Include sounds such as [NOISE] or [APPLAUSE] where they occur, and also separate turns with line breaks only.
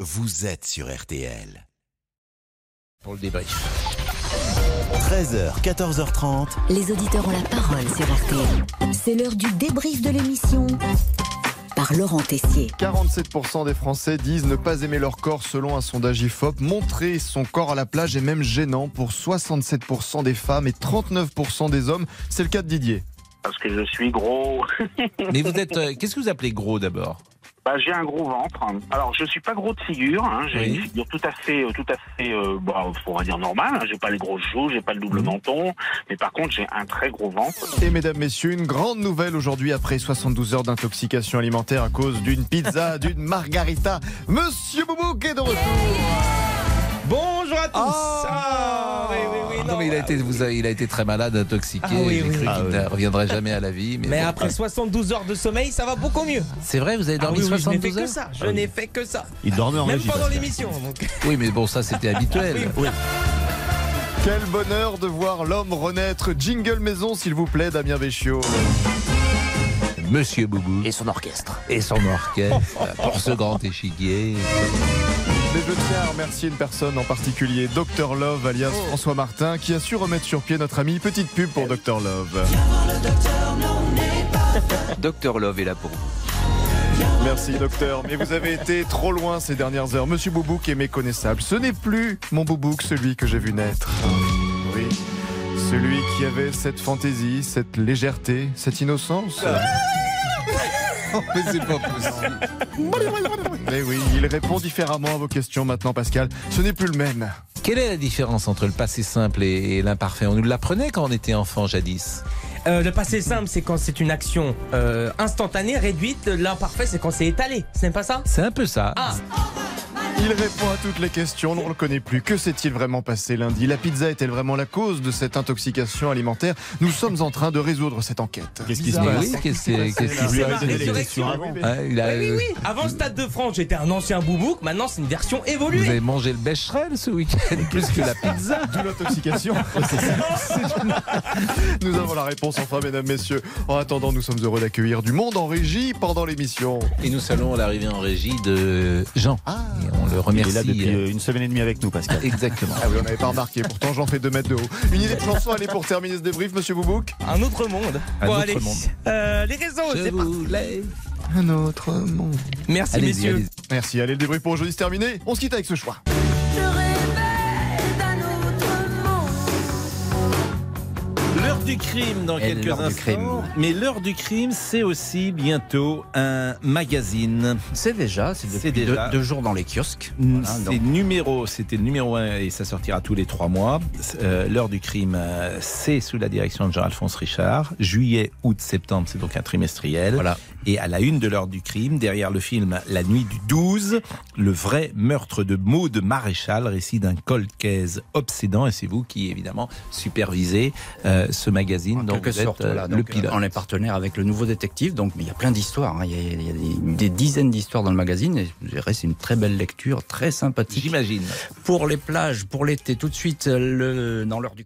vous êtes sur RTL.
pour le débrief.
13h, 14h30.
Les auditeurs ont la parole sur RTL. C'est l'heure du débrief de l'émission par Laurent Tessier.
47% des Français disent ne pas aimer leur corps selon un sondage IFOP. Montrer son corps à la plage est même gênant pour 67% des femmes et 39% des hommes. C'est le cas de Didier.
parce que je suis gros.
Mais vous êtes. euh, Qu'est-ce que vous appelez gros d'abord
Bah, j'ai un gros ventre. Alors, je suis pas gros de figure. hein. J'ai
Oui.
une figure tout à fait, euh, tout à fait, euh, bah, on va dire normale. hein. J'ai pas les grosses joues, j'ai pas le double menton, mais par contre, j'ai un très gros ventre.
Et mesdames, messieurs, une grande nouvelle aujourd'hui après 72 heures d'intoxication alimentaire à cause d'une pizza, [LAUGHS] d'une margarita. Monsieur Boubouk est de retour.
Bonjour à tous
Ah,
oui, oui, oui,
non,
non,
mais il a,
ah,
été, vous avez- il a été très malade, intoxiqué.
Ah oui,
J'ai
oui,
cru
oui.
qu'il ne reviendrait jamais à la vie. Mais,
Mais
bon.
après 72 heures de sommeil, ça va beaucoup mieux.
c'est vrai, vous avez
Ah
dormi
oui, oui, je n'ai fait
72
que
heures Ah
ça. Je n'ai fait que ça.
Il dormait en
Même
régie.
pendant
Pascal.
l'émission. donc.
Oui, mais bon, ça c'était habituel.
Quel bonheur de voir l'homme renaître. Jingle maison, s'il vous plaît, Damien Béchiot.
Monsieur Boubou
et son orchestre.
et son orchestre pour ce grand échiquier.
Mais je tiens à remercier une personne en particulier, Dr Love, alias François Martin, qui a su remettre sur pied notre ami. Petite pub pour Dr
[LAUGHS]
Love.
Dr Love est là pour vous.
Merci docteur, mais vous avez été trop loin ces dernières heures. Monsieur Boubouk est méconnaissable. Ce n'est plus mon Boubouk, celui que j'ai vu naître. Oui, celui qui avait cette fantaisie, cette légèreté, cette innocence.
Mais c'est pas possible.
Mais Eh oui, il répond différemment à vos questions maintenant, Pascal. Ce n'est plus le même.
Quelle est la différence entre le passé simple et, et l'imparfait On nous l'apprenait quand on était enfant jadis.
Euh, le passé simple, c'est quand c'est une action euh, instantanée, réduite. L'imparfait, c'est quand c'est étalé. C'est pas ça
C'est un peu ça.
Ah,
Il répond à toutes les questions, on ne le connaît plus. Que s'est-il vraiment passé lundi La pizza est-elle vraiment la cause de cette intoxication alimentaire Nous sommes en train de résoudre cette enquête. hein,
Qu'est-ce qui se
Mais
passe
oui, qu'est-ce qui qu'est-ce qui
Vous lui
se
avez
passe
donné les
résurrection.
questions avant.
Ouais, Ah, il a- euh,
oui, oui. Avant Stade de France, j'étais un ancien boubouk. Maintenant, c'est une version
Vous
évoluée.
avez mangé le bécherel ce week-end [LAUGHS] plus que la pizza.
D'où
[LAUGHS]
l'intoxication. [LAUGHS] nous avons la réponse enfin, mesdames, messieurs. En attendant, nous sommes heureux d'accueillir du monde en régie pendant l'émission.
Et nous saluons l'arrivée en régie de Jean. Et on le
Il
remercie.
est là depuis euh, une semaine et demie avec nous,
euh,
Pascal.
[LAUGHS] Exactement.
Ah oui, on n'avait pas remarqué, pourtant j'en fais deux mètres de haut. Une idée de chanson, allez pour terminer ce débrief, monsieur Boubouk
Un autre monde.
Un
bon,
autre
allez.
monde.
Euh, les réseaux,
Je
c'est parti.
voulais-
Un autre monde.
Merci,
Allez-y,
messieurs.
allez-y.
Merci, allez, le débrief pour aujourd'hui, c'est terminé. On se quitte avec ce choix.
L'heure du crime dans
Et
quelques
l'heure du
instants.
crime.
Mais l'heure du crime, c'est aussi bientôt un magazine.
C'est déjà, c'est
C'est
depuis
déjà.
Deux, deux jours dans les kiosques. Voilà,
C'est
donc,
numéro, c'était le numéro 1 et ça sortira tous les trois mois. Euh, L'heure du crime, euh, c'est sous la direction de Jean-Alphonse Richard. Juillet, août, septembre, c'est donc un trimestriel.
Voilà.
Et à la une de l'heure du crime, derrière le film La nuit du 12, le vrai meurtre de Maude Maréchal, récit d'un cold case obsédant. Et c'est vous qui, évidemment, supervisez euh, ce magazine.
en
dont
quelque
vous êtes,
sorte,
euh,
voilà,
le
donc,
pilote.
euh, on est partenaire avec le nouveau détective, donc mais il y a plein d'histoires. hein, Il y a, il y a des, des dizaines d'histoires dans le magazine. Et je dirais, c'est une très belle lecture, très sympathique.
J'imagine.
Pour les plages, pour l'été, tout de suite euh, le, dans l'heure du.